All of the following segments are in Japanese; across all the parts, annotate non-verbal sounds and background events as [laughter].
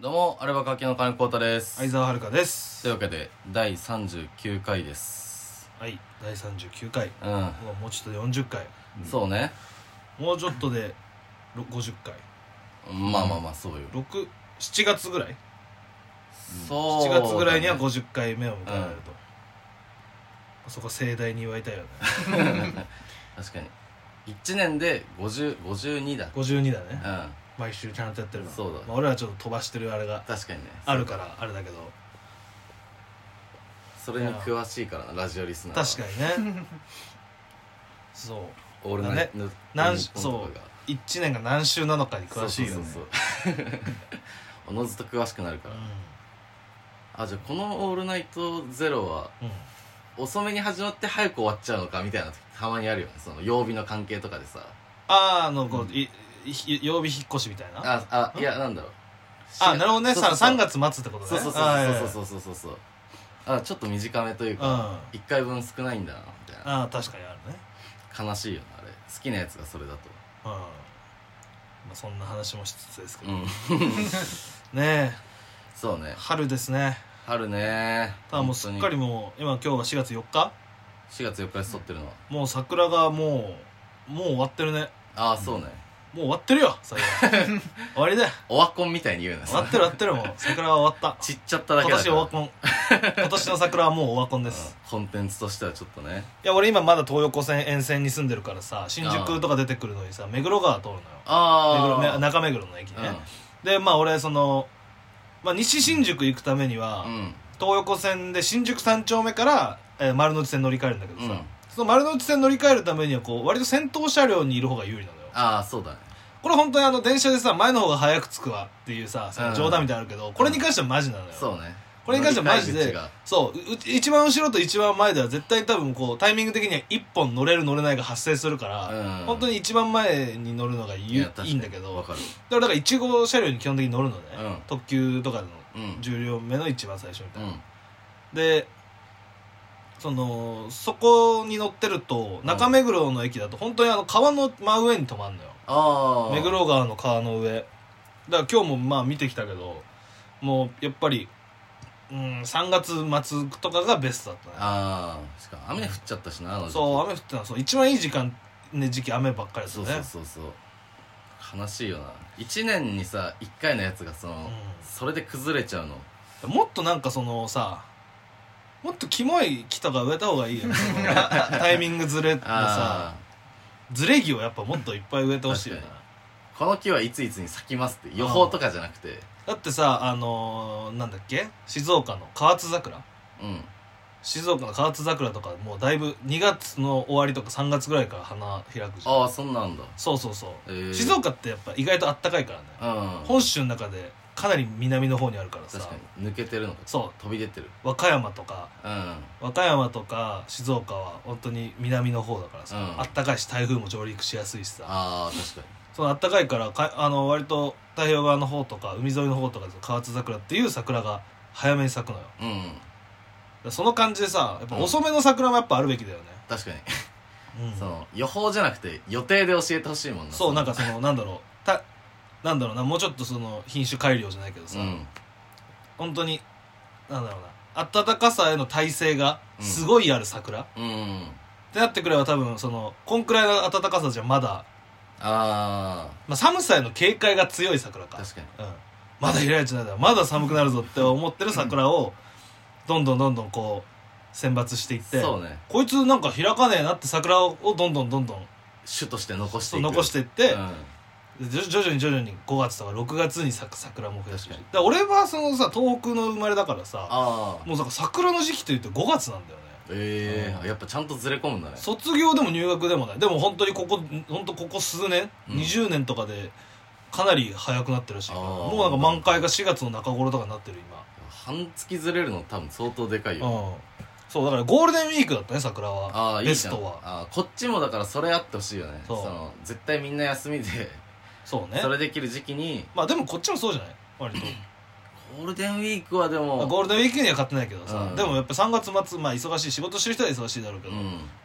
どうも、アルバカキの金子太です。相沢遥ですというわけで、第39回です。はい第39回うん。もうもうちょっとで40回そうね。もうちょっとでろ50回まあまあまあ、そうよ。 67月ぐらい、そう、 7月ぐらいにはご50回目を迎えられると、そこ盛大に祝いたいよね確かに。1年で50、52だ。 52だねうん。毎週ちゃんとやってるのそうだまあ、俺はちょっと飛ばしてるあれが確かにね。あるからあれだけどそれに詳しいからな、ラジオリスナーは。確かにねそうオールナイねト何日本とかが1年が何週なのかに詳しいよねそうそうそう [laughs] そうおのずと詳しくなるから。あ、じゃあこのオールナイトゼロは、うんうん遅めに始まって早く終わっちゃうのかみたいな時たまにあるよね。その曜日の関係とかでさ。あーあのこういい曜日引っ越しみたいなあ、あ、んいや、なんだろう。あなるほどねそうそうそうさ3月末ってことねそうそうあーいやいやそうそうそうそうそうそうそう。あ、ちょっと短めといううんか、あ一回分少ないんだな、みたいあ確かにあるねな。悲しいよな、あれ。好きなやつがそれだと。うんまあそんな話もしつつですけうど、ん。ねそうえね。春ですね春ね。ただもうすっかり本もう今今日は4月4日当に4月4日で撮ってるのは。もう桜がもうもう終わってるねああ、そうね。もう終わってるよ [laughs] 桜終わりだよオワコンみたいに言うな、終わってる終わってるもう桜は終わった散っちゃっただ今けだ年かオら。ワコン今年の桜はもうオワコンうでんす、コンテンツとしてはちょっとね。いや俺今まだ東横線沿線に住んでるからさ新宿とか出てくるのにさ目黒川通るのよ目黒あめあ。中目黒の駅ね、うでまあ俺その、まあ、西新宿行くためには、ん。うん。東横線で新宿三丁目から、えー丸の内線乗り換えるんだけどさ、うんその丸の内線乗り換えるためにはこう割と先頭車両にいる方が有利なのよああ、そうだね。これ本当にあの電車でさ前の方が早く着くわっていうさその冗談みたいなのあるけど、これに関してはマジなのよ、そうね。これに関してはマジ乗り換えで口がそううう一番後ろと一番前では絶対多分こうタイミング的には1本乗れる乗れないが発生するから、うん本当に一番前に乗るのがいいや確かにいいんだけどわかる。だからだから1号車両に基本的に乗るのね、うん特急とかのうん。 10両目の一番最初みたういな、ん。でそのそこに乗ってると中目黒の駅だと本当にあの川の真上に止まるのよああ。目黒川の川の上だから今日もまあ見てきたけどもうやっぱり、うん、3月末とかがベストだったねああしかも雨降っちゃったしなあの時期そう雨降ってたのそう一番いい時間ね時期雨ばっかりですそねうそうそうそう悲しいよな1年にさ1回のやつがその、うんそれで崩れちゃうのもっとなんかそのさもっとキモい木とか植えた方 [laughs] がいいよねタイミングずれのあさずれ木をやっぱもっといっぱい植えてほしいよな確あこの木はいついつに咲きますって予報とかじゃなくてだってさあのー、なんだっけ静岡の河津桜うん静岡の河津桜とかもうだいぶ2月の終わりとか3月ぐらいから花開くじゃんああそんなんだそうそうそう、えー静岡ってやっぱ意外とあったかいからねうん本州の中でかなり南の方にあるからさ確かに抜けてるのかそ飛び出てるう和歌山とかうん和歌山とか静岡は本当に南の方だからさ、うんあったかいし台風も上陸しやすいしさああ確かそのあったかいからかあの割と太平洋側の方とか海沿いの方とかで河津桜っていう桜が早めに咲くのよだかにうんらその感じでさやっぱうん遅めの桜もやっぱあるべきだよね、確かに、うんその予報じゃなくて予定で教えてほしいもんなそうなんかそのなんだろうたなんだろうなもうちょっとその品種改良じゃないけどうさ、ん本当になんだろうな暖かさへの耐性がすごいある桜、っうんてなってくれば多分そのこんくらいの暖かさじゃまだあまあ、寒さへの警戒が強い桜あか確かにうん、まだ開いてないだろまだ寒くなるぞって思ってる桜をどんどんどんどんこう選抜していってそうねこいつなんか開かねえなって桜をどんどんどんどん種として残してそいうく残していってう、んで徐々に徐々に5月とか6月に咲く桜も増やしてほしい確だから俺はそのさ東北の生まれだからさああもうなんか桜の時期というと5月なんだよねええうんやっぱちゃんとずれ込むんだね卒業でも入学でもないでも本当にここ本当ここ数年、うん20年とかでかなり早くなってるらしいからあーもうなんか満開が4月の中頃とかになってる半月ずれるの多分相当でかい今、ようん、そうだからゴールデンウィークだったね桜あはあいベいじスゃんトはああこっちもだからそれあってほしいよねそそうの絶対みんな休みでそうねそれできる時期にまあでもこっちもそうじゃない割とゴールデンウィークはでもゴールデンウィークには勝ってないけどさ、うんでもやっぱ3月末まあ忙しい仕事してる人は忙しいだろうけうど、ん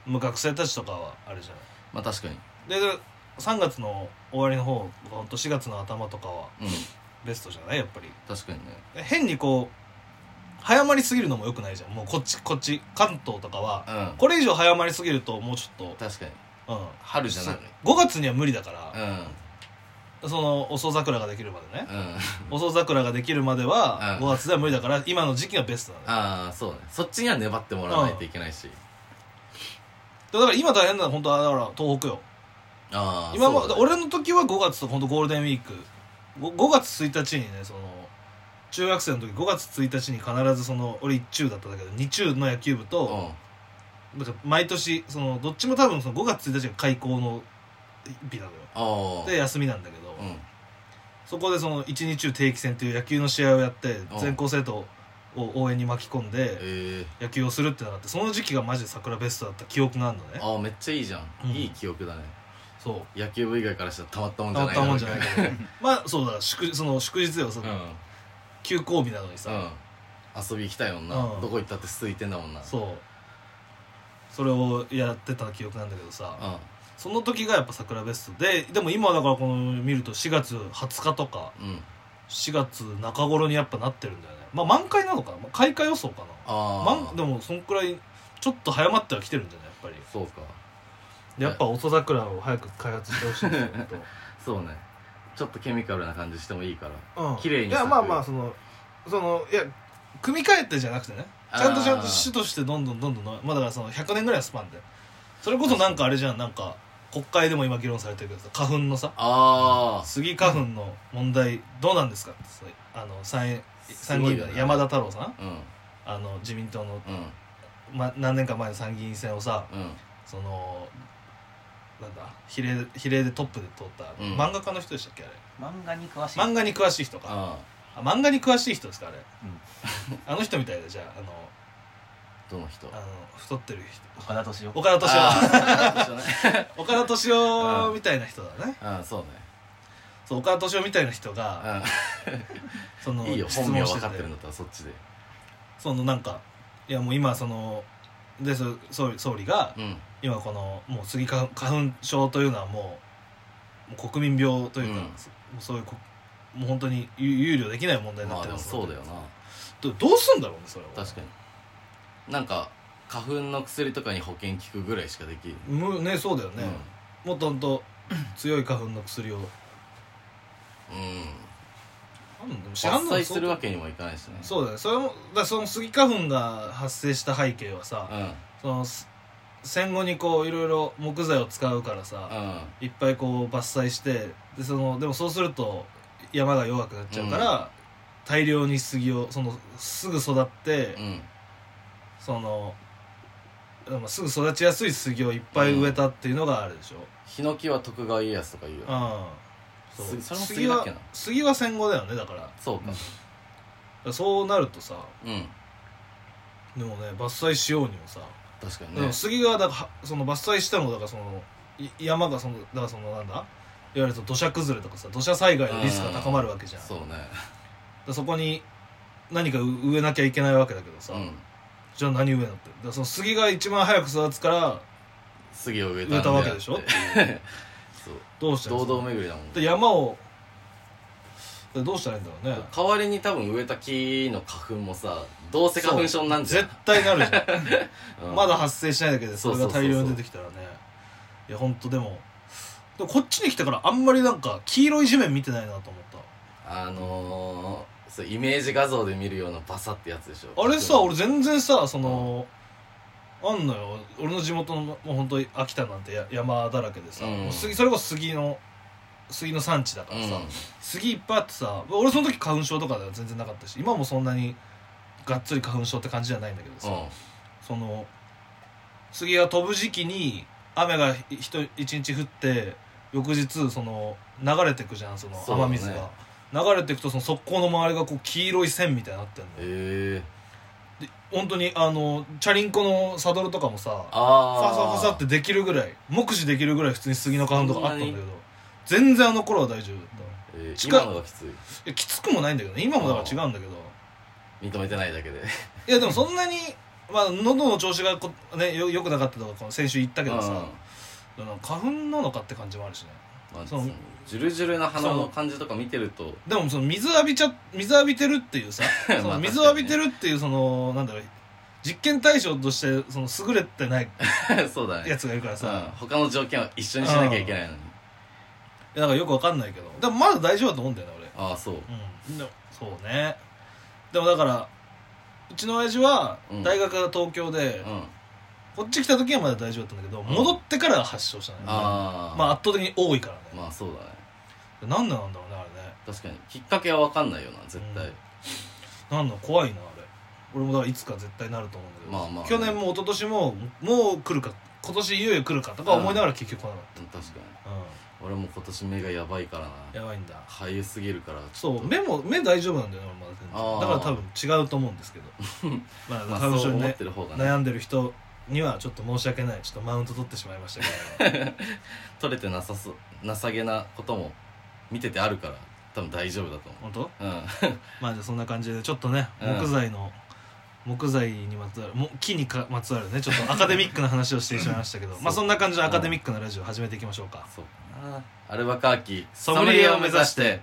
もう学生たちとかはあれじゃないまあ確かにでで3月の終わりの方ほんと4月の頭とかはうんベストじゃないやっぱり確かにね変にこう早まりすぎるのもよくないじゃんもうこっちこっち関東とかはうんこれ以上早まりすぎるともうちょっ確かにと、うん、春じゃない5月には無理だから、うその遅桜ができるまでねんうん遅桜ができるまではうん5月では無理だから今の時期がベストなのよああそうねそっちには粘ってもらわないといけないしだから今大変なのは本当はだから東北よああ今もそうだね俺の時は5月と本当ゴールデンウィークご 5, 月1日にねその中学生の時5月1日に必ずその俺1中だったんだけど2中の野球部と、うんなんか毎年そのどっちも多分その5月1日が開校の日なのよああで休みなんだけど、うんそこでその1日中定期戦という野球の試合をやってうん全校生徒を応援に巻き込んでえ野球をするってのがあってその時期がマジで桜ベストだった記憶があるのえねああめっちゃいいじゃん、うんいい記憶だねそ野球部以外からしたらたまったもうんじゃたまないったもんじゃないなんか [laughs] けどまあそうだ祝その祝日よその、うん休校日なのにさ、うん遊び行きたいもんな、うんどこ行ったって空いてんだもんなうそうそれをやってた記憶なんだけどさ、んその時がやっぱ桜ベストででも今だからこの見ると4月20日とかうん4月中頃にやっぱなってるんだよねまあ満開なのかな、まあ開花予想かなああ満でもそんくらいちょっと早まっては来てるんじゃないやっぱりそうかでやっぱ遅桜を早く開発してほしいんですよ本そうねちょっとケミカルな感じしてもいいから [laughs] 当うん綺麗にいや咲くまあまあそのそのいや組み替えてじゃなくてねちゃんとちゃんと種としてどんどんどんどんのまあだからその100年ぐらいのスパンでそれこそなんかあれじゃんなんか国会でも今議論されてるけどさ花粉のさあスギ花粉の問題どうなんですかってそうあの参参議すご院いよのね山田太郎さんあうんあの自民党の、うんま、何年か前の参議院選をさうんそのなんだ比例比例でトップで通った、うん漫画家の人でしたっけあれ漫画に詳しい漫画に詳しい人かああ漫画に詳しい人ですかあれ、 [laughs] あの人みたいでじゃああのあどの人あの太ってる岡田敏夫人岡田敏夫あー一緒ね [laughs] 岡田敏夫みたいな人だねうんそうねそう岡田敏夫みたいな人がそうんのいいよ質本名問し分てかてってるんだったらそっちでそのなんかいやもう今そのでそ総理総理がうん今このもうスギ花花粉症というのはもうもう国民病というか、うんもうそういうこもう本当に憂憂慮できない問題になまっあでてまもすそうだよなどどうすんだろうねそれは確かになんか花粉の薬とかに保険効くぐらいしかできるむねそうだよね、もっとほんと強い花粉の薬をうん、うんなんでも市販の伐採するわけけにもいかないしねそうだねそれもだからそのスギ花粉が発生した背景はさ、うんうんそのす戦後にこういろいろ木材を使うからさ、いっぱいこう伐採してでそのでもそうすると山が弱くなっちゃうから、大量に杉をそのすぐ育って、うんそのまあすぐ育ちやすい杉をいっぱい植えたっていうのがあるでしょ、ヒノキは徳川家康とか言うようんそうすそれも杉杉だっはけな杉は戦後だよねだからそうかそうなるとさうんでもね伐採しようにもさ、確かにでもね杉がだからその伐採したのだからそのい山がそのだからそのなんだいわゆるその土砂崩れとかさ土砂災害のリスクが高まるわけじゃんそうねだからそこに何か植えなきゃいけないわけだけどさ、うんじゃあ何植えなってだからその杉が一番早く育つから杉を植えた植えたわけでしょっってていう [laughs] そうどうしたらいい堂んですか々巡りだもんで山をでどうしたらいいんだろうね代わりに多分植えた木の花粉もさどうせ花粉症なんじゃ絶ん対なるじゃうんんまだ発生しないだけでそれが大そ量うそうそうそうに出てきたらねいやほんとでもでもこっちに来てからあんまりなんか黄色い地面見てないなと思ったあのーそうイメージ画像で見るようなバサってやつでしょあれさ俺全然さその、あんのよ俺の地元のもう本当に秋田なんてや山だらけでさ、うんもう杉それこそ杉の杉の産地だからさ、うん杉いっぱいあってさ俺その時花粉症とかでは全然なかったし今もそんなにがっつり花粉症って感じじゃないんだけどさ、うその杉が飛ぶ時期に雨がひひと一日降って翌日その流れてくじゃんそのそうだね雨水が、流れてくとその側溝の周りがこう黄色い線みたいになってんのよんええで本当にあのチャリンコのサドルとかもさファああサファサってできるぐらい目視できるぐらい普通に杉の花粉とかあったんだけど全然あの頃は大丈夫だっえー近い今のがきついたいやきつくもないんだけどね今もだから違うんだけど認めてないだけでいやでもそんなに、まあ、喉の調子がこ、ね、よよくなかったとかこの先週言ったけどさ、うんだから花粉なのかって感じもあるしねまあそのそうジュルジュルな花の感じとか見てるとでもその水浴びちゃ水浴びてるってい [laughs] うさまあそ確のかにね水浴びてるっていうそのなんだろう実験対象としてその優れてない [laughs] そうだやねつがいるからうんさ、他の条件は一緒にしなきゃいけないのにいやなんかよくわかんないけどでもまだ大丈夫だと思うんだよねああそう俺うんでもそうねでもだからうちの親父はうん大学が東京で、うんこっち来た時はまだ大丈夫だったんだけど、ん戻ってから発症したのよ、ああまあ圧倒的に多いからね、まあそうだねなんでなんだろうねあれね確かにきっかけは分かんないよな絶対、うんなんの怖いなあれ俺もだからいつか絶対なると思うんだけど、まあまあ去年も一昨年ももう来るか今年いよいよ来るかとか思いながら結局来なかっ確かにた、う俺も今年目がやばいからん、なやばいんだかゆすぎるからちそょっうと目も目大丈夫なんだよね俺まだ全あ然ーだから多分違うと思うんですけ [laughs] どまあまあ花粉そ症うに思っねてる方がね悩んでる人にはちょっと申し訳ないちょっとマウント取ってしまいまし [laughs] たけど取れてなさそうなさげなことも見ててあるから多分大丈夫だと本当思う [laughs] まあじゃあそんな感じでちょっとねうん木材の、木材にまつわるも木にかまつわるねちょっとアカデミックな話をしてしまいまし [laughs] たけどまあそんな感じのアカデミックなラジオ始めていきましょうかうんそうかなアルバカーキソムリエを目指して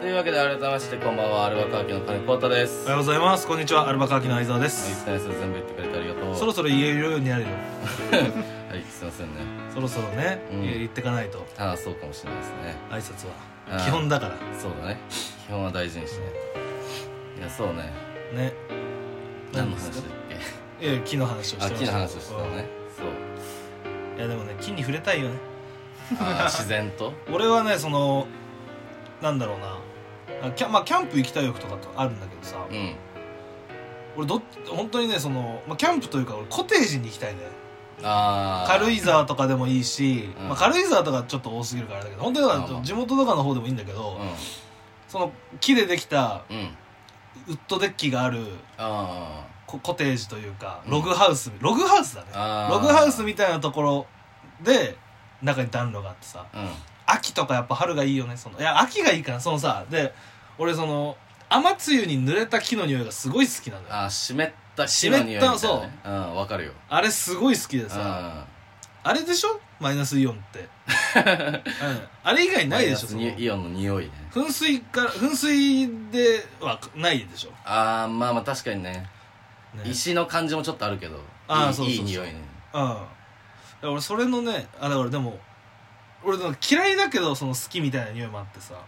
というわけで改めましてこんばんはアルバカーキの金子太ですおはようございますこんにちはアルバカーキの相沢です、はい、全部言ってくれてありがとうそろそろ言えるようになるよはいすいませんねそろそろね、うん言ってかないとああそうかもしれないですね挨拶あはー基本だからそうだね基本は大事にしないといやそうねね何の話だっいや木の話をけあして木の話をしてたのねそう [laughs] いやでもね木に触れたいよねあー自然と俺はねそのなんだろうなあキャ,、まあ、キャンプ行きたい欲とかとあるんだけどさ、うん俺どっ本当にねその、まあ、キャンプというか俺コテージに行きたいねああ軽井沢とかでもいいし、うんまあ、軽井沢とかちょっと多すぎるからあれだけど本当にだかまあまらあ地元とかの方でもいいんだけど、うその木でできたんうんウッドデッキがあるあココテージというかうんログハウス、ログハウスだねあーログハウスみたいなところで中に暖炉があってさあうん秋とかやっぱ春がいいよねそのいや秋がいいかなそのさで俺その雨露に濡れた木の匂いがすごい好きなのよあー湿った木の匂いみたいなね湿ったうんわかるよあれすごい好きでうんさあれでしょマイナスイオン [laughs] って、うん、あれ以外ないでしょそマのイナスイオンの匂いね噴水から噴水ではないでしょ、ああまあまあ確かにねね石の感じもちょっとあるけどあーいいそうそうそういい匂いねうんだから俺それのねあだからでも俺なんか嫌いだけどその好きみたいな匂いもあってさう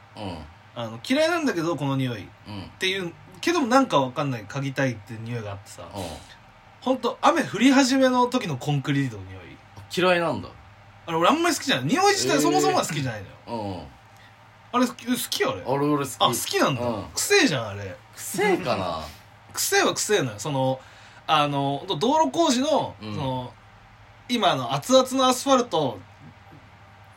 あの嫌いなんだけどこの匂いんっうんていうけどなんかわかんない嗅ぎたいっていう匂いがあってさおう本当雨降り始めの時のコンクリートの匂い嫌いなんだあれ俺あんまり好きじゃない匂い自え体ーそもそもは好きじゃないのよ、うんあれ好き好きよあれあ俺俺好き好きなんだ、うんくせえじゃんあれ癖かなくせえはくせえのよそのあの道路工事の,、うんその今の熱々のアスファルト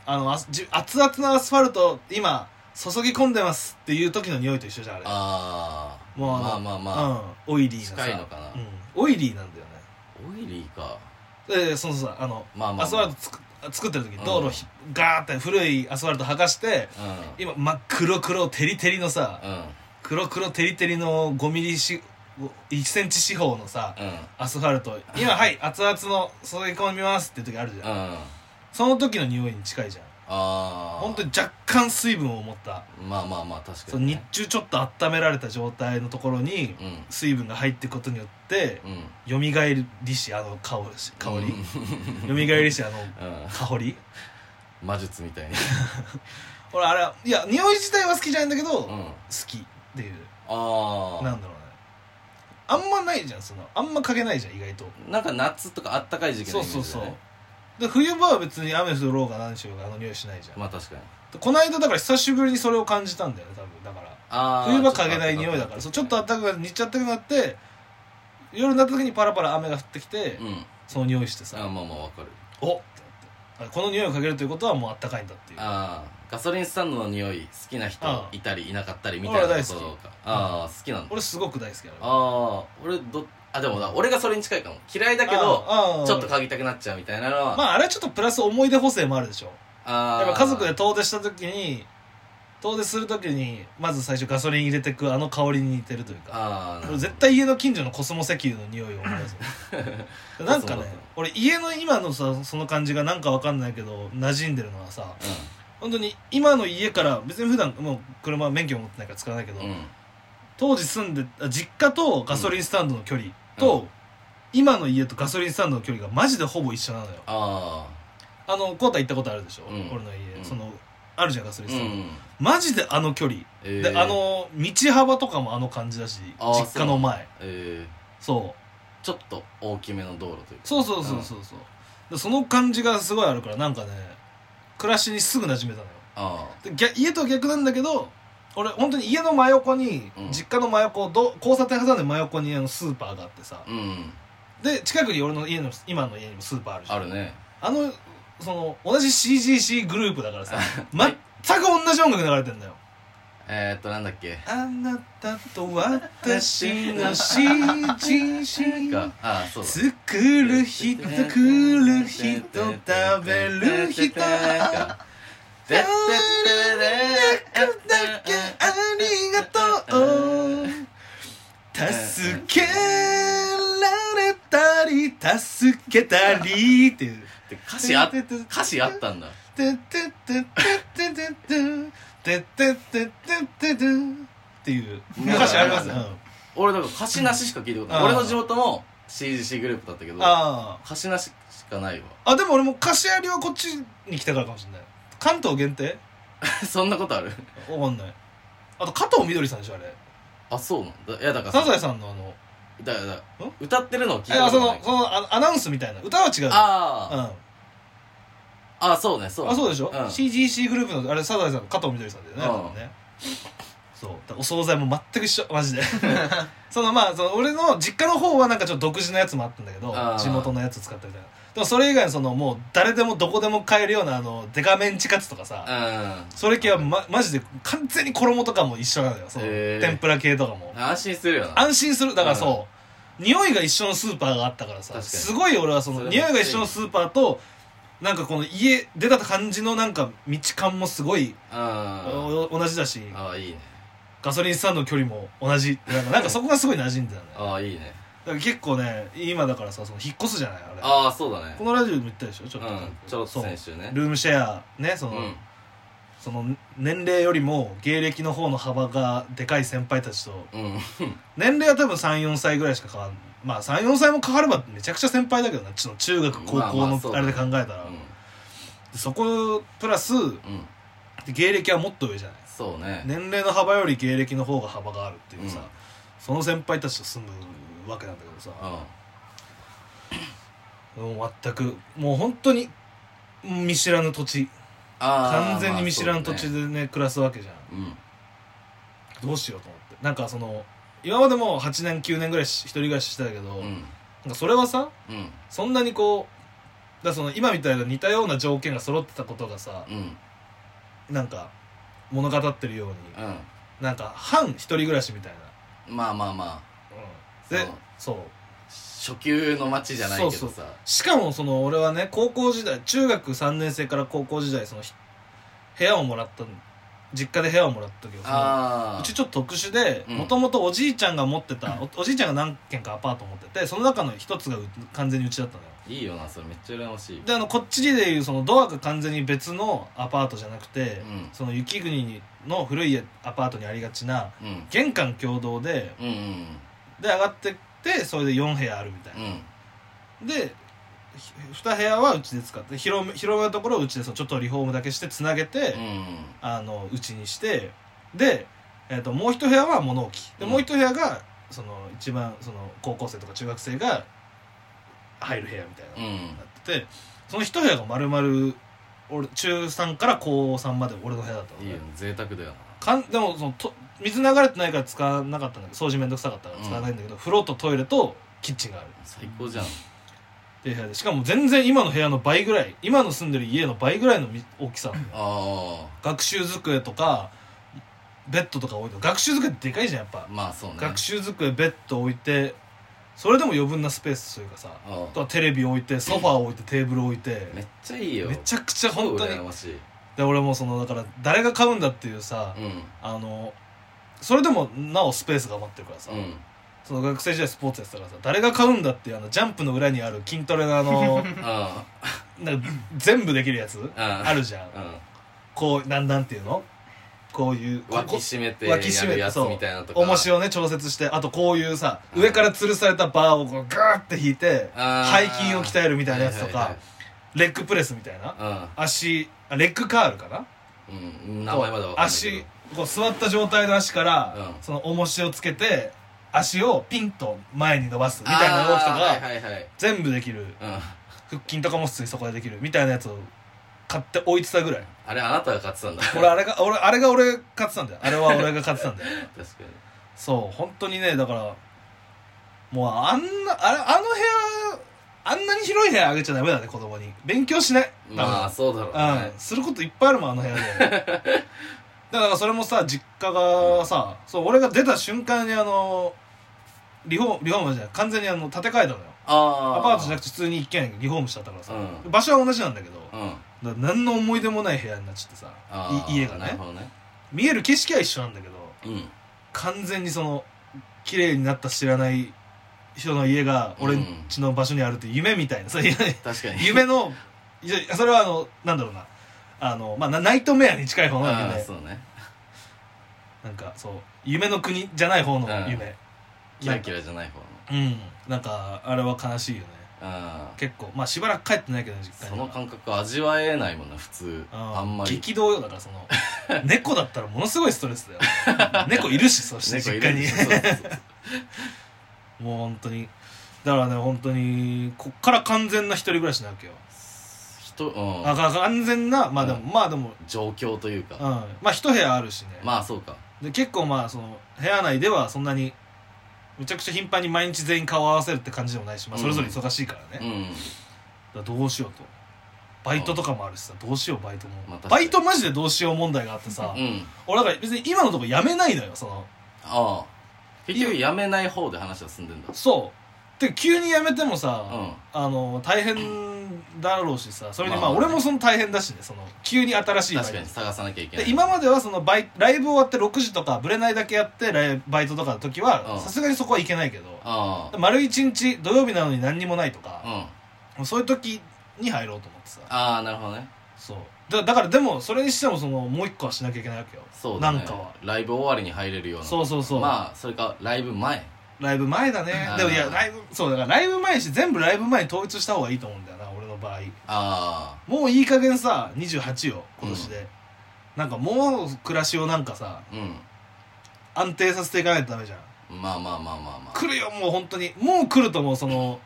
あのあすじ熱々のアスファルト今注ぎ込んでますっていう時の匂いと一緒じゃんあれあーもうまああのまあまあうん、オイリーなさ近いのかなうん、オイリーなんだよねオイリーかでそのさあのまあまあまあアスファルトつく作ってる時道路ひ、ガーって古いアスファルト剥がしてう今真っ黒黒テリテリのさんうん黒黒テリテリの5ミリし1センチ四方のさうんアスファルト今はい熱々の注ぎ込みますって時あるじゃん、うんその時の匂いに近いじゃんあー本当に若干水分を持ったまあまあまあ確そかのに日ね中ちょっと温められた状態のところにうん水分が入っていくことによってうんよみがえりしあの香り香り、よみがえりしあのうんうん香り魔術みたいに俺あれいや匂い自体は好きじゃないんだけど、う好んきっていうあなんだろうあねあんまないじゃんそのあんまかけないじゃん意外となんか夏とかあったかい時期そのうイメージそうそだうねで冬場は別に雨降ろうが何しようがあの匂いしないじゃん、まあ確かにでこの間だから久しぶりにそれを感じたんだよね多分だからああ冬場かけない匂いだからそうちょっと暖かくなって日中暖かくなって夜になった時にパラパラ雨が降ってきて、うんその匂いしてあさーまあまあわかるおっってなってあこの匂いをかけるということはもう暖かいんだっていうああガソリンスタンドの匂い好きな人あーいたりいなかったりみたいなこと俺は大好かああ好きなんだ俺すごく大好きあれああ俺どあでもな俺がそれに近いかも嫌いだけどどちょっと嗅ぎたくなっちゃうみたいなのは、まああれはちょっとプラス思い出補正もあるでしょあーやっぱ家族で遠出した時に遠出する時にまず最初ガソリン入れてくあの香りに似てるというかあーなるほ俺ど絶対家の近所のコスモ石油の匂いを思い出す [laughs] なんかそうそねう俺家の今のさその感じがなんかわかんないけど馴染んでるのはさ本当に今の家から別に普段もう車免許持ってないから使わないけど、うん、うん、当時住んであ実家とガソリンスタンドの距離と、う今の家とガソリンスタンドの距離がマジでほぼ一緒なのよああのコータ行ったことあるでしょ、うん俺の家、うんそのあるじゃんガソリあンスタンド、マジであの距離、えー、であの道幅とかもあの感じだしあー実家の前えそー、うちょっと大きめの道路というかそうそうそうそうそうでその感じがすごいあるからなんかね暮らしにすぐ馴染めたのあよで逆家とは逆なんだけど俺本当に家の真横に、うん実家の真横ど交差点挟んで真横にあのスーパーがあってさあうんで近くに俺の家の今の家にもスーパーあるじゃんあるねあのその同じ CGC グループだか [laughs] らさ全く同じ音楽流れてんだよえー、っとなんだっけあなたと私の CGC がああそうだ作る人作る人食べる人ありがとう助けられたり助けたりっていうで歌詞あ歌詞あったんだっていう歌詞ありますね、うん俺なんか歌詞なししか聞いたことなういん俺の地元も CGC グループだったけどあ歌詞なししかないわ [laughs] ああでも俺も柏リはこっちに来たからかもしれない関東限定そんなことあるわかんないあと加藤みどりさんでしょあれあそうなんだいやだからサザさエさんのあのだからだからん歌ってるのを聞いいやたこそとなのいそのあアナウンスみたいな歌は違うああ,、、ああそうねそううんあそうでしょ、うん CGC グループのあれサザエさんの加藤みどりさんだよね,、うん多分ねそうだからお惣菜も全く一緒マジで [laughs] そのまあその俺の実家の方はなんかちょっと独自のやつもあったんだけどあー地元のやつ使ったみたいなでもそれ以外のそのもう誰でもどこでも買えるようなあのデカメンチカツとかさ、うんそれ系は、ま、マジで完全に衣とかも一緒なのよそのへー天ぷら系とかも安心するよな安心するだからそう、匂いが一緒のスーパーがあったから確さかにすごい俺はそそのれは匂いが一緒のスーパーとなんかこの家出た感じのなんか道感もすごいうんお同じだしああいいねガソリンスタンドの距離も同じなん [laughs] かなんかそこがすごい馴染んでたねだかああいいねら結構ね今だからさその引っ越すじゃないあれああそうだねこのラジオでも言ったでしょちうょっと、んちょっとそう先週ねルームシェアねその、うんその年齢よりも芸歴の方の幅がでかい先輩たちとうん年齢は多分34歳ぐらいしか変わんまあ34歳も変わればめちゃくちゃ先輩だけどなちょっと中学高まあま校あのそうあだれねで考えたら、そこプラスうんうん芸歴はもっと上じゃないそうね年齢の幅より芸歴の方が幅があるっていうさ、うんその先輩たちと住むわけなんだけどさうもう全くもう本当に見知らぬ土地完全に見知らぬ土地ででね暮らすわけじゃんうんどうしようと思ってなんかその今までも8年9年ぐらいし一人暮らししてたけど、うなんんかそれはさうんそんなにこうだからその今みたいな似たような条件が揃ってたことがさうんうんなんか物語ってるようになんか半一人暮らしみたいまあまあまな、でそうそうあ初級の街じゃないけどそうさしかもその俺はね高校時代中学3年生から高校時代そのひ部屋をもらったの実家で部屋をもらったけどそのああうちちょっと特殊でうんもともとおじいちゃんが持ってたおおじいちゃんが何軒かアパート持っててその中の一つがう完全にうちだったのよいいよなそれめっちゃ羨ましいであのこっちでいうそのドアが完全に別のアパートじゃなくて、うんその雪国の古いアパートにありがちなうん玄関共同でうんうんで上がってってそれで4部屋あるみたいな、うんで2部屋はうちで使って広め広めのところをうちでそうちょっとリフォームだけしてつなげて、うんあのうちにしてで、えー、ともう一部屋は物置でうんもう一部屋がその一番その高校生とか中学生が入る部屋みたいなう、んなっててその一部屋が丸々俺中3から高3まで俺の部屋だったのいいねよね贅沢だよなかんでもそのと水流れてないから使わなかったんだけど掃除めんどくさかったから使わないんだけど、風呂とトイレとキッチンがある最高じゃんっていう部屋でしかも全然今の部屋の倍ぐらい今の住んでる家の倍ぐらいのみ大きさなのよあ学習机とかベッドとか置いて学習机ってでかいじゃんやっぱあ、まあそうね学習机ベッド置いてそれでも余分なスペースというかさああとはテレビ置いてソファー置いてテーブル置いてめっちゃいいよめちゃくちゃ超本当に羨ましいで俺もそのだから誰が買うんだっていうさ、うんあのそれでもなおスペースが余ってるからさ、うんその学生時代スポーツやってたからさ誰が買うんだっていうあのジャンプの裏にある筋トレの [laughs] あのあなんか全部できるやつああるじゃんあうんこうなんなんていうのこういうこ脇こ締めてや脇締めるてやつそうみたいなとか重しをね調節してあとこういうさうん上から吊るされたバーをこうガーって引いてあ背ー筋を鍛えるみたいなやつとはいはかレッグプレスみたいないはい足あレッグカールかなうんうん名前まだわかんないけど足こう座った状態の足から、うんその重しをつけて足をピンと前に伸ばすみたいな動きとか、あーはいはいはい全部できるうん腹筋とかも普通にそこでできるみたいなやつを買って置いてたぐらいあれあなたが買ってたんだ俺あれが俺あれが俺買ってたんだよあれは俺が買ってたんだよ [laughs] 確かそう本当にねだからもうあんなあれあの部屋あんなに広い部屋あげちゃダメだね子供に勉強しないに多分まあそうだろうねうん、することいっぱいあるもんあの部 [laughs] 屋でだからそれもさ実家がさそう俺が出た瞬間にあのリフォームリフォームじゃない完全にあの建て替えたのよあアパートじゃなくくて普通に一軒家にリフォームしちゃったからさ、う場所は同じなんだけどだかうんら何の思い出もない部屋になっちゃってさあーい家がねなるほどね見える景色は一緒なんだけどうん完全にその綺麗になった知らない人の家が俺んちの場所にあるって夢みたいなさ、いや確かに [laughs] 夢のいやそれはあのなんだろうなあの、まあ、なナイトメアに近い方なわあけあでそうねなんかそう夢の国じゃない方の夢キラキラじゃない方のうんなんかあれは悲しいよねあ結構まあしばらく帰ってないけど実ー家そにのは感覚味わえないもんな普通あんまり激動よだから [laughs] その猫だったらものすごいストレスだよ [laughs] 猫いるしそして猫実い家るにしそうそうそうもう本当にだからね本当にこっから完全な一人暮らしなわけよ、人うんあか完全なまあでも、うまあでも状況といううんかまあ一部屋あるしねまあそうかで結構まあその部屋内ではそんなにむちゃくちゃ頻繁に毎日全員顔を合わせるって感じでもないし、まあ、うんそれぞれ忙しいからね、うだんからどうしようとバイトとかもあるしさどうしようバイトも、まあ確かバにイトマジでどうしよう問題があってさ、うん俺だから別に今のとこやめないのよそのああ結局やめない方で話は進んでんだそうで急にやめてもさ、うんあの大変だろうしさそれにままああまあね俺もその大変だしねその急に新しいバイト確かに探さなきゃいけないで今まではそのバイライブ終わって6時とかブレないだけやってライバイトとかの時うはんさすがにそこはいけないけどあ丸1日土曜日なのに何にもないとあうか、んもうそういう時に入ろうと思ってさああなるほどねそうだだからでもそれにしてもそのもう一個はしなきゃいけないわけよそうだねなんかはライブ終わりに入れるようなそうそうそう、まあそれかライブ前ライブ前だねあーでもいやライブそうだからライブ前にして全部ライブ前に統一した方がいいと思うんだよな俺の場合あもういい加減さ28よ今年で、なんかもう暮らしをなんかさあうん安定させていかないとダメじゃんまあまあまあまあまあ来るよもう本当にもう来るともうその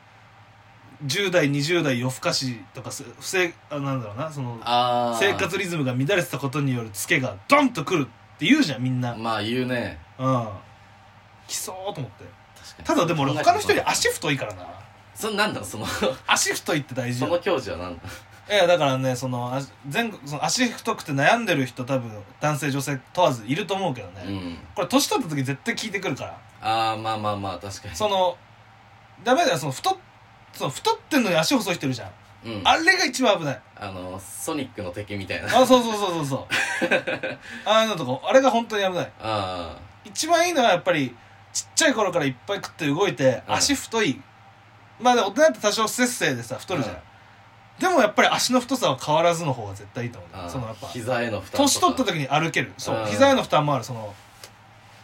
10代20代夜更かしとかす不正あなんだろうなそのああ生活リズムが乱れてたことによるツケがドンと来るって言うじゃんみんなうんまあ言うね来そうと思って確かにただでも俺他の人より足足太いからなそなんだその足太いって大事そよの教授はなんだいやだからねそのあ全国その足太くて悩んでる人多分男性女性問わずいると思うけどね、うんこれ年取った時絶対聞いてくるからああまあまあまあ確かにそのダメだよその太っその太ってんのに足細い人いるじゃんうんあれが一番危ないあのソニックの敵みたいなああそうそうそうそうそうああいうのとかあれが本当に危ない [laughs] あ一番いいのはやっぱりちっちゃい頃からいっぱい食って動いてうん足太い、まあでも大人って多少節制でさ太るじゃん、うんでもやっぱり足の太さは変わらずの方が絶対いいと思う、ああそのやっぱ膝への負担年取った時時に歩けるそう、うん膝への負担もあるその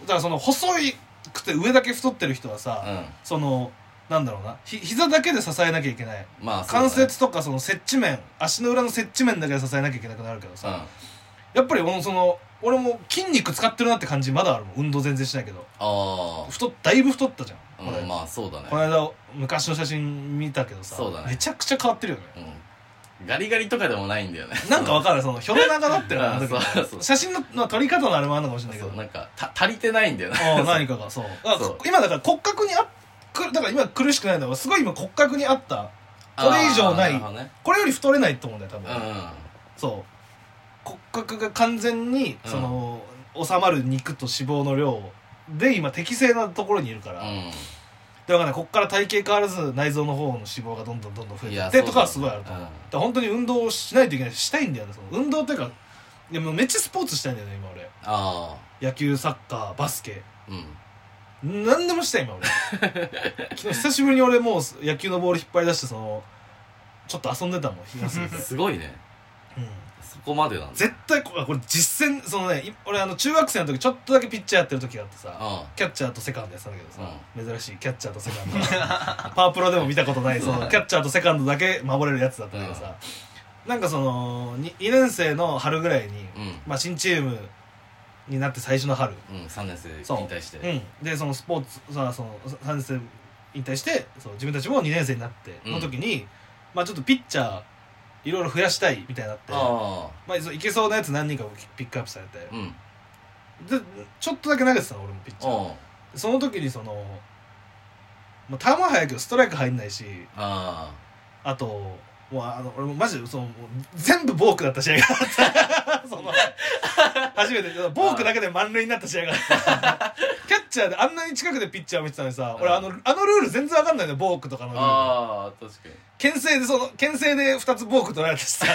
だからその細いくて上だけ太ってる人はさ、うそのなんだろうなひ膝だけで支えなきゃいけないんまあそうだね関節とかその接地面足の裏の接地面だけで支えなきゃいけなくなるけどうんさ、やっぱり俺もその俺も筋肉使ってるなって感じまだあるもん運動全然しないけどあ太っだいぶ太ったじゃあん、これうんまあそうだねこの間昔の写真見たけどさそうだねめちゃくちゃ変わってるよねうんガリガリとかでもないんだよねなんかわかるそのひょろ長だってるああ [laughs] そうそう写真のまあ撮り方のあれもあるのかもしれないけそどうなんかた足りてないんだよねああ何かがそうだからそう今だから骨格にあっくだから今苦しくないのはすごい今骨格にあったこれ以上ないあーるほどねこれより太れないと思うんだよ多う分、んそう骨格が完全にうんその、収まる肉と脂肪の量で今適正なところにいるから、うんでわかんないこっから体型変わらず内臓の方の脂肪がどんどんどんどん増えいてやってそうだねとかはすごいあると思う、うんだから本当に運動をしないといけないしたいんだよねその運動っていうかでもめっちゃスポーツしたいんだよね今俺あ野球サッカーバスケあうん何でもした [laughs] い今俺昨日久しぶりに俺もう野球のボール引っ張り出してそのちょっと遊んでたもん日がす [laughs] で、すごいねうん、そこまでなんだ絶対こあこれ実践そのねい俺あの中学生の時ちょっとだけピッチャーやってる時があってさあキャッチャーとセカンドやってたんだけどさ、珍しいキャッチャーとセ [laughs] カンドパワープロでも見たことないそのキャッチャーとセカンドだけ守れるやつだったんだけどさ、なんかその 2, 2年生の春ぐらいに、あうんまあ、新チームになって最初の春、うん3年生引そう退してうん、でそのスポーツさその3年生引退してそう自分たちも2年生になっての時に、まあちょっとピッチャーいろいろ増やしたいみたいになってあまあ、そういけそうなやつ何人かをピックアップされてあうんでちょっとだけ投げてたの俺もピッチャーあその時にその、まあ、球は速いけどストライク入んないしあああともうあの俺もマジでそのもう全部ボークだった試合があった [laughs] その初めてボークだけで満塁になった試合があったキャッチャーであんなに近くでピッチャーを見てたのにさ俺あのあのルール全然わかんないのよボークとかのルールああ確かに牽制でその牽制で2つボーク取られて [laughs] さ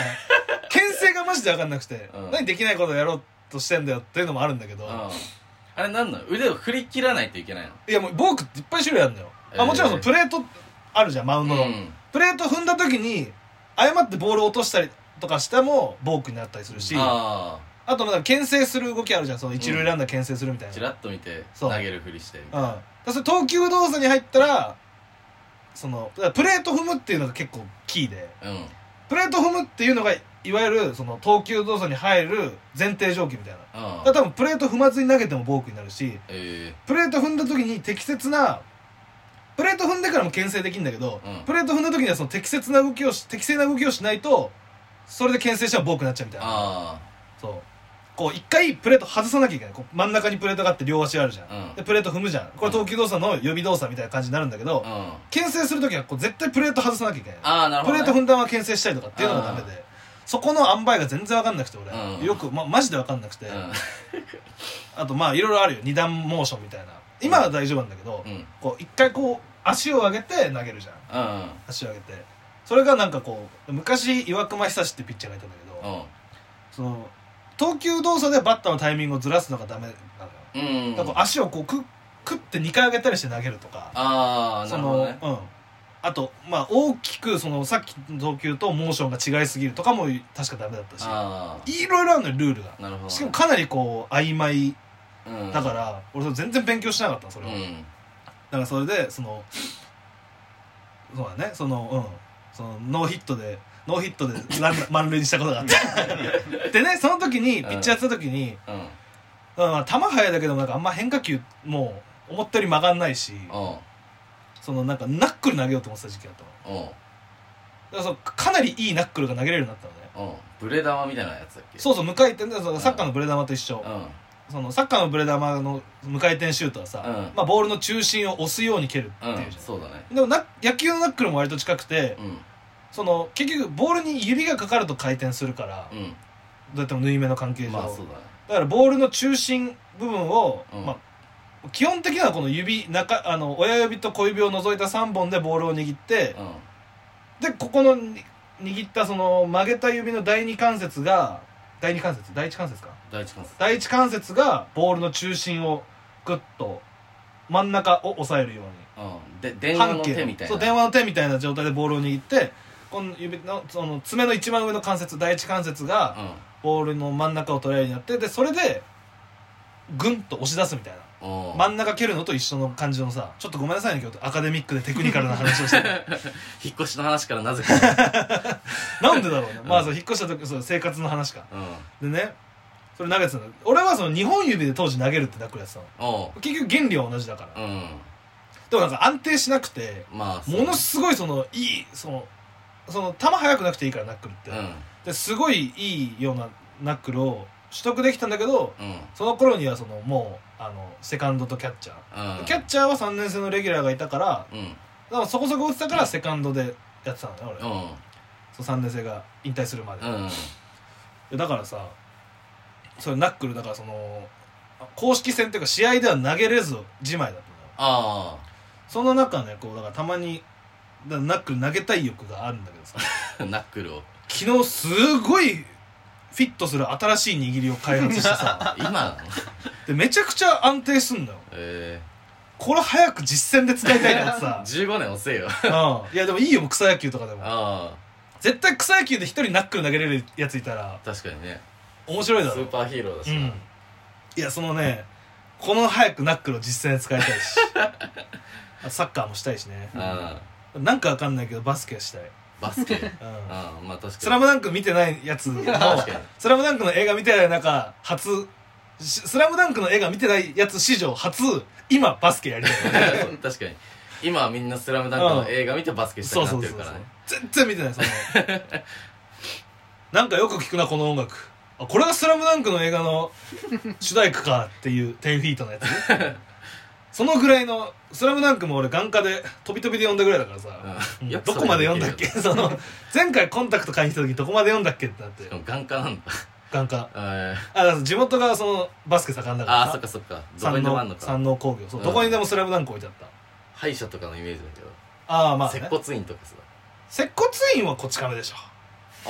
牽制がマジでわかんなくて、うん何できないことをやろうとしてんだよっていうのもあるんだけど、ああれなんなの腕を振り切らないといけないのいやもうボークっていっぱい種類あるんだよ、えあーもちろんそのプレートあるじゃんマウンドの、うんプレート踏んだ時に誤ってボールを落としたりとかしてもボークになったりするし、ああとまあ牽制する動きあるじゃんその一塁ランナー牽制するみたあいな、チうんラッと見てそ投うげるふりしてみたいだからそれ投球動作に入ったらそのだからプレート踏むっていうのが結構キーでなうんプレート踏むっていうのがいわゆるその投球動作に入る前提条件みたいなあだあから多分プレート踏まずに投げてもボークになるしえプレート踏んだ時に適切なプレート踏んでからも牽制できるんだけど、うんプレート踏んだ時にはその適切な動きをし適正な動きをしないとそれで牽制したらボークになっちゃうみたえいなあそうこう一回プレート外さなきゃいけないこう真ん中にプレートがあって両足あるじゃん、うんでプレート踏むじゃんこれ投球動作の予備動作みたいな感じになるんだけど、あうん牽制する時はこう絶対プレート外さなきゃいけないああなるプほレどーねト踏んだまま牽制したりとかっていうのがダメでそこの塩梅が全然分かんなくて俺、うんよく、ま、マジで分かんなくて、あとまあいろいろあるよ二段モーションみたいな今は大丈夫なんだけど、うんうんこう一回こう足を上げて投げるじゃうんん足を上げてそれがなんかこう昔岩隈久志ってピッチャーがいたんだけど、うんその投球動作でバッターのタイミングをずらすのがダメなのよ、うんだから足をこうくくって2回上げたりして投げるとかああなそるのほどねうんあとまあ大きくそのさっきの投球とモーションが違いすぎるとかも確かダメだったしあいろいろあるのよルールがあなるほどねしかもかなりこう曖昧うんだから、俺それ全然勉強しなかったのそれうは、だんからそれでそのそうだねそのうんそのノーヒットでノーヒットでラン [laughs] ナー満塁にしたことがあってでねその時にピッチャーやってた時に、うんうんうんまあ、球速いだけどなんかあんま変化球もう思ったより曲がんないしそのなんかナックル投げようと思ってた時期だったのうんだからそうかなりいいナックルが投げれるようになったのねうんブレ玉みたいなやつだっけそうそう無回転でそのサッカーのブレ球と一緒、うんそのサッカーのブレ球の無回転シュートはさ、うんまあ、ボールの中心を押すように蹴るっていうじゃうんそうだねでもな野球のナックルも割と近くて、うんその結局ボールに指がかかると回転するから、うんどうやっても縫い目の関係上、まあそうだねだからボールの中心部分を、うんまあ、基本的にはこの指中あの親指と小指を除いた3本でボールを握って、うでここのに握ったその曲げた指の第二関節が第二関節第一関節かん第一関節第一関節がボールの中心をグッと真ん中を押さえるようにうんで電話の手みたいなそう電話の手みたいな状態でボールを握ってこの指のその爪の一番上の関節第一関節がボールの真ん中を捉えるようになってでそれでグンと押し出すみたいなうんうん真ん中蹴るのと一緒の感じのさちょっとごめんなさいね今日アカデミックでテクニカルな話をして [laughs] 引っ越しの話からなぜ [laughs] かなんでだろうね、まうあんそう引っ越した時そう生活の話かうんでねそれ投げてたの俺はその2本指で当時投げるってナックルやってたのおう結局原理は同じだからうんでもなんか安定しなくてまあそうものすごいそのいいそのその球速くなくていいからナックルって、うんですごいいいようなナックルを取得できたんだけどうんその頃にはそのもうあのセカンドとキャッチャー、うんキャッチャーは3年生のレギュラーがいたからうんだからそこそこ打ってたからセカンドでやってたのね俺、うんそう3年生が引退するまで、うんでだからさそれナックルだからその公式戦っていうか試合では投げれずじまいだったのよああその中ねこうだからたまにだからナックル投げたい欲があるんだけどさ [laughs] ナックルを昨日すごいフィットする新しい握りを開発してさ今なの [laughs] でめちゃくちゃ安定すんのよえこれ早く実践で使いたいからー、 [laughs] さ、 15年遅えようん、いやでもいいよ草野球とかでもあ絶対草野球で一人ナックル投げれるやついたらあ確かにね面白いスだろーパーヒーローだしうな、んいやそのねこの早くナックルを実践で使いたい [laughs] しあサッカーもしたいしねあなんかわかんないけどバスケはしたい、ーバスケうんうん、まあ確かにスラムダンク見てないやつも確かにスラムダンクの映画見てない中初しスラムダンクの映画見てないやつ史上初今バスケやりたい確かに今はみんな「スラムダンクの映画見てバスケしたそうくなそっうてそうるそかうらね全然見てな [laughs] いそのなんかよく聞くなこの音楽あこれが「スラムダンクの映画の主題歌かっていう10フィート [laughs] のやつそのぐらいの「スラムダンクも俺眼科で飛び飛びで読んだぐらいだからさ、うんどこまで読んだっけしその前回コンタクト買いに来た時どこまで読んだっけってなってかも眼科なんだ眼科あーあだから地元がそのバスケ盛んだからあーさそっかそっかどこ山にでもあ王んのか山王工業そう、うんどこにでも「スラムダンク置いてあった歯医者とかのイメージだけど、ああまあ、ね、接骨院とかさ接骨院はこっち亀でしょ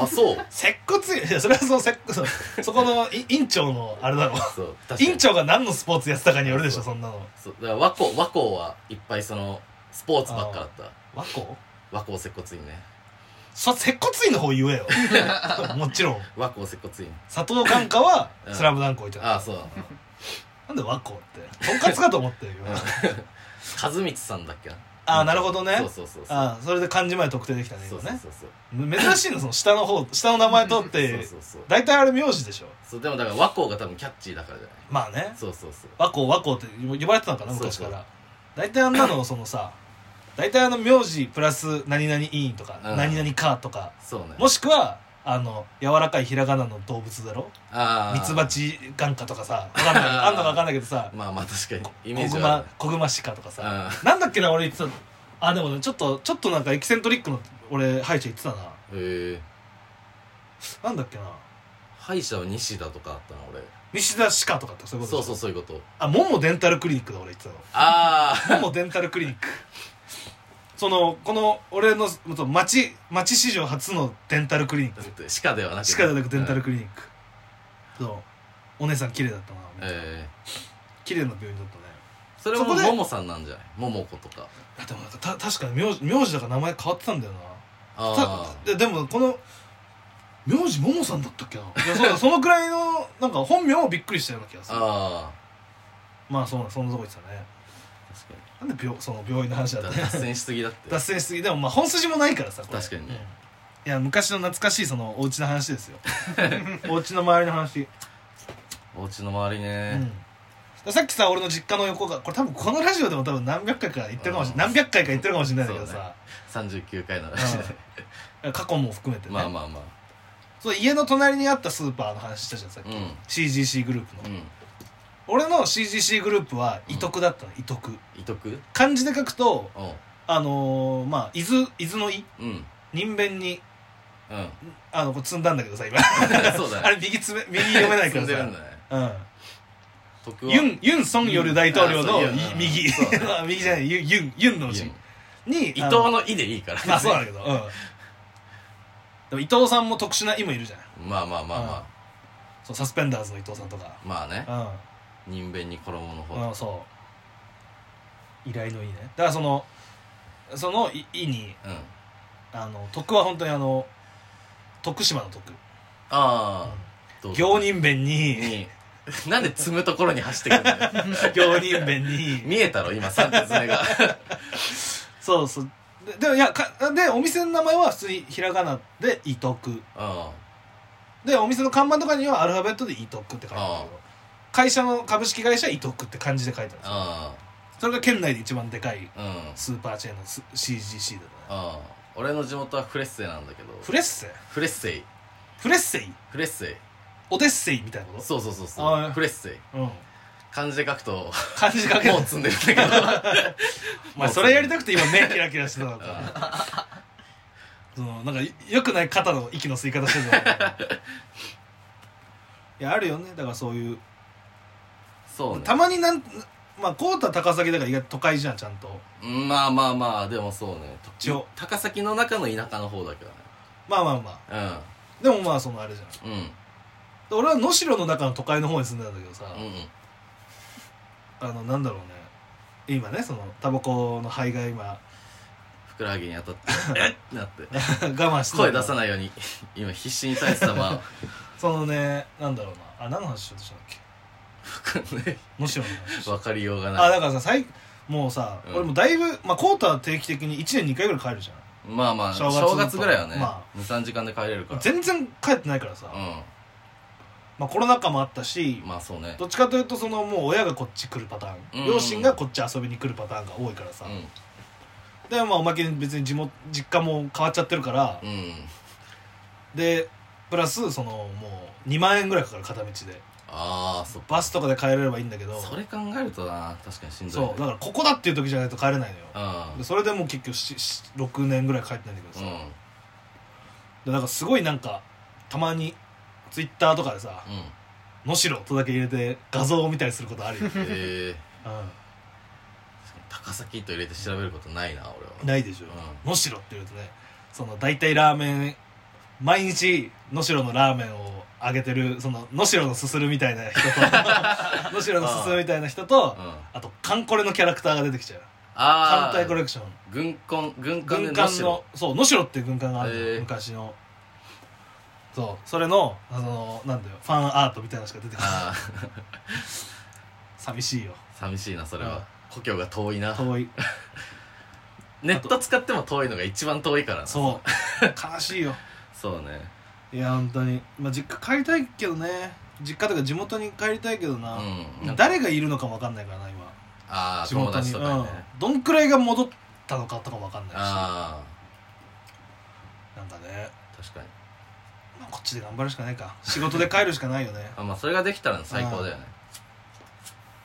あそう接骨院いやそれはその接骨そそこのい院長のあれだろそう確かに院長が何のスポーツやってたかによるでしょそんなのそうだから和光和光はいっぱいそのスポーツばっかだった和光和光接骨院ねそ接骨院の方言え [laughs] よもちろん和光接骨院佐藤眼科は「うんスラムダンク置いてああっあそうなの [laughs] た、なんで和光ってとんかつかと思ってるよ、うん和光さんだっけなああなるほどねそうそうそうそうああそれで漢字まで特定できたねそう今そうねそうそう珍しいのその下の方下の名前取っそうてそうそう大体あれ名字でしょそうでもだから和光が多分キャッチーだからじゃないまあねそうそうそう和光和光って呼ばれてたのかな昔かそうら大体あんなのそのさ大体あの名字プラス何々委員とか、うん何々かとかそうねもしくはあの柔らかいひらがなの動物だろああミツバチ眼科とかさわか [laughs] んないあんのかわかんないけどさまあまあ確かにイメ小ージ熊は小熊シカとかあるさなんだっけな俺言ってたのあでもねちょっとちょっとなんかエキセントリックの俺歯医者言ってたなうんへえなんだっけな歯医者は西田とかあったな西田シカとかってそうい俺うことそうでしょそうそういうことあモモデンタルクリニックだ俺言ってたのああもうデンタルクリニックそのこの俺のそう町町史上初のデンタルクリニック歯科ではなく歯科でなくデンタルクリニック、そうお姉さん綺麗だったうんなえ綺麗な病院だったねえそれもそこでももさんなんじゃないももことかあでもなんかた確かに名字名字だから名前変わってたんだよなあたででもこの名字ももさんだったっけないやそうだ [laughs] そのくらいのなんか本名もびっくりしたような気があするあまあそうなそんなとこ行ってたねあ確かになんで病その病院の話だったね脱線しすぎだって脱線しすぎでもまあ本筋もないからさこれ確かにねうんいや昔の懐かしいそのお家の話で [laughs] すよお家の周りの話、お家の周りうんねでさっきさ俺の実家の横がこれ多分このラジオでも多分何百回か言ってるかもしれない何百回か言ってるかもしれないんだけどさ、 39回の話で過去も含めて [laughs] ね、まあまあまあそう家の隣にあったスーパーの話したじゃんさっうき、ん CGC グループの、うん俺の CGC グループは遺徳だったの遺徳伊徳漢字で書くとおうあのーまあ伊豆伊豆の伊うん [laughs] うん人弁にあのこれ積んだんだけどさ今そうだ [laughs] ねあれ右詰め右読めない [laughs] 住かんらでるさんだねうん徳はユン、ユン・ソンヨル大統領のユンあいそうユン右う [laughs] んそうだ右じゃない、ユン、ユン、ユンのユ字ンに、伊伊藤の「い」でいいからまあそうなんだけど、うん。でも伊藤さんも特殊な意もいるじゃん。まあまあまあまあそう、サスペンダーズの伊藤さんとか。まあねう人弁に衣のん。方うん、そう。依頼のいいね。だからその、そのい意に、うんああの、徳は本当にあの、徳島の徳。あどうぞ行人 [laughs] 弁に、になんで積むところに走ってくるんだよ行人弁に、見えたろ今三手詰めが [laughs] そうそうででもいやかでお店の名前は普通にひらがなで「伊徳うん」でお店の看板とかにはアルファベットで「伊徳」って書いてあるんだけど会社の株式会社「伊徳」って漢字で書いてあるんですよあそれが県内で一番でかいあうんスーパーチェーンのス CGC だねああ俺の地元はフレッセなんだけどフレッセフレッセイフレッセイフレッセイオデッセイみたいなこそうそうそうそあうあフレッセイとうん漢字で書くと漢字書けもう積んでるん [laughs] だけどお前それやりたくて今目キラキラしてたのかあ [laughs] そのなんかい良くない肩の息の吸い方し [laughs] てるのかいやあるよねだからそういうそうねたまになんまあ浩太高崎だから意外と都会じゃんちゃんとまあまあまあでもそうねと地方高崎の中の田舎の方だけどまあまあまあねでもまあそのあれじゃうんんうんで俺は能代の中の都会の方に住んでたんだけどさ、うんあのなんだろうね今ねそのタバコの肺が今 [laughs] ふくらはぎに当たってえっってなって我慢して声出さいないように [laughs] 今必死に耐えてたままそのねなんだろうなあ何の話しようとしたんだっけ [laughs] ね能代の話分かりようがあないだからさ最もうさ、うん俺もだいぶまあ浩太は定期的に1年2回ぐらい帰るじゃまあまあ正正月月とぐらいはね、ま23時間で帰れるかんら全然帰ってないからさ、うまあ、コロナ禍もあったしん、まあそうねどっちかというとそのもう親がこっち来るパターン、うん両親がこっち遊びに来るパターンが多いからさ、うでまあおまけに別に地元実家も変わっちゃってるから、んうんでプラスそのもう2万円ぐらいかかる片道でああそっかバスとかで帰れればいいんだけどそれ考えるとな確かにしんどいねそうだからここだっていう時じゃないと帰れないのよでそれでもう結局しし6年ぐらい帰ってないんだけうどさ、 [laughs] んうんでなんかすごいなんかたまにツイッターとかでさうん「能代」とだけ入れて画像を見たりすることあるよ、 [laughs] えーう高崎と入れて調べることないな俺はん、ないでしょう能代って言うとねその大体ラーメン毎日能代のラーメンをあげてるその能代のすするみたいな人と [laughs] 能代のすするみたいな人とうんあとカンコレのキャラクターが出てきちゃうあ艦隊コあレクション軍艦軍艦で能軍艦代のそう能代っていう軍艦があるのよ、へえ昔のそうそれのあのなんだよファンアートみたいなのしか出てこないあ寂しいよあ [laughs] 寂しいなそれうんは故郷が遠いな遠いネット使っても遠いのが一番遠いからな [laughs] そう悲しいよそうねいや本当にまあ実家帰りたいけどね実家とか地元に帰りたいけどな、うん誰がいるのかも分かんないからな今ああ地友元に達とかにねうん、どんくらいが戻ったのかとかも分かんないしあなんかね、あ確かにまあこっちで頑張るしかないか仕事で帰るしかないよね [laughs] あまあそれができたら最高だよね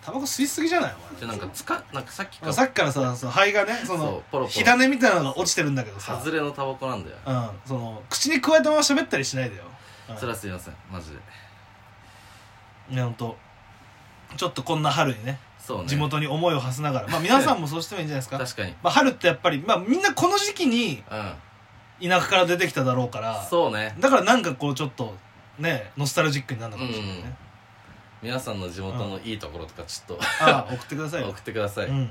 タバコ吸いすぎじゃないじおゃ前なんかつかなんかさっきかまあらさっきからさその肺がねそそうのポロポ火ロ種みたいなのが落ちてるんだけどさ外れのタバコなんだようん、その口に加えたまま喋ったりしないでよ、うんそれはすいませんマジでねほんとちょっとこんな春にねそうね地元に思いを馳せながら、まあ皆さんもそうしてもいいんじゃないですか確かにまあ、春ってやっぱり、まあ、みんなこの時期にうん田舎から出てきただろうからそうねだからなんかこうちょっとねノスタルジックになるのかもしれないね、うん皆さんの地元のいいところとかちょっああ送ってくださいとよ [laughs] 送、ってくださいうん、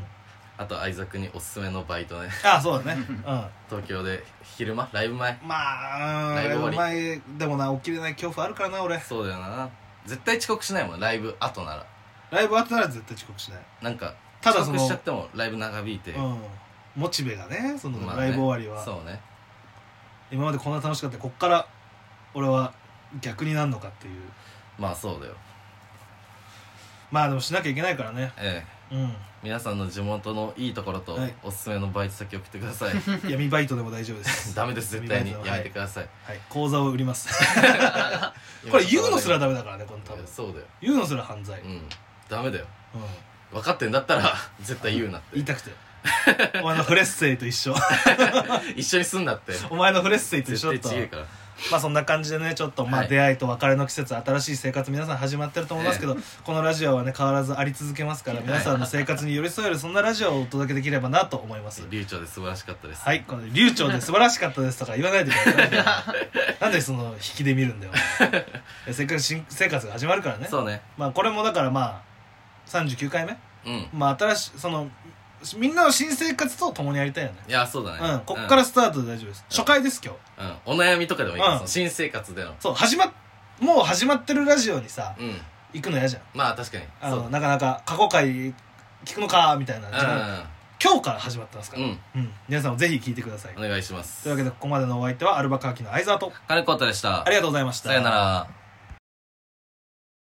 あと相沢におすすめのバイトねああそ [laughs] うだねう東京で昼間ライブ前んまあライブ終わり前でもな起きれない恐怖あるからな俺そうだよな絶対遅刻しないもんライブ後ならライブ終わったら絶対遅刻しないなんかただ遅そ刻のしちゃってもライブ長引いてうんモチベがねそのまあねライブ終わりは、そうね今までこんな楽しかったこっから俺は逆になるのかっていうまあそうだよまあでもしなきゃいけないからねえ [laughs] うんえ皆さんの地元のいいところとはいおすすめのバイト先送ってくだ [laughs] さい闇バイトでも大丈夫ですダメです絶対にや闇バイめトでもてくださいはい、口座を売 [laughs] りますこれ言うのすらダメだからねこの多い分やそうだよ言うのすら犯罪、ううんんダメだよ分かってんだったら [laughs] 絶対言うなって言いたくてお前のフレッセイと [laughs] 一緒一緒にすんな [laughs] ってお前のフレッセイと一絶緒だ対った違えからまあそんな感じでねちょっとまはあい出会いと別れの季節新しい生活皆さん始まってると思いますけど、このラジオはね変わらずあり続けますから皆さんの生活に寄り添えるそんなラジオをお届けできればなと思います流暢で素晴らしかったですはいこの流暢で素晴らしかったですとか言わないでください [laughs] なんでその引きで見るんだよお前えせっかく新生活が始まるからねそうねまあこれもだからまあ39回目うんまあ新しいそのみんなの新生活と共にやりたいよねいやそうだねうんこっからスタートで大丈夫です、初回です今日うんうんお悩みとかでもいいからうんその新生活でのそう始まっもう始まってるラジオにさうん行くの嫌じゃんまあ確かにあそうのなかなか過去回聞くのかみたいな、だ今日から始まってますかうら、んうんうん皆さんもぜひ聞いてください、お願いしますというわけでここまでのお相手はアルバカーキの相沢と金子太でしたありがとうございましたさよなら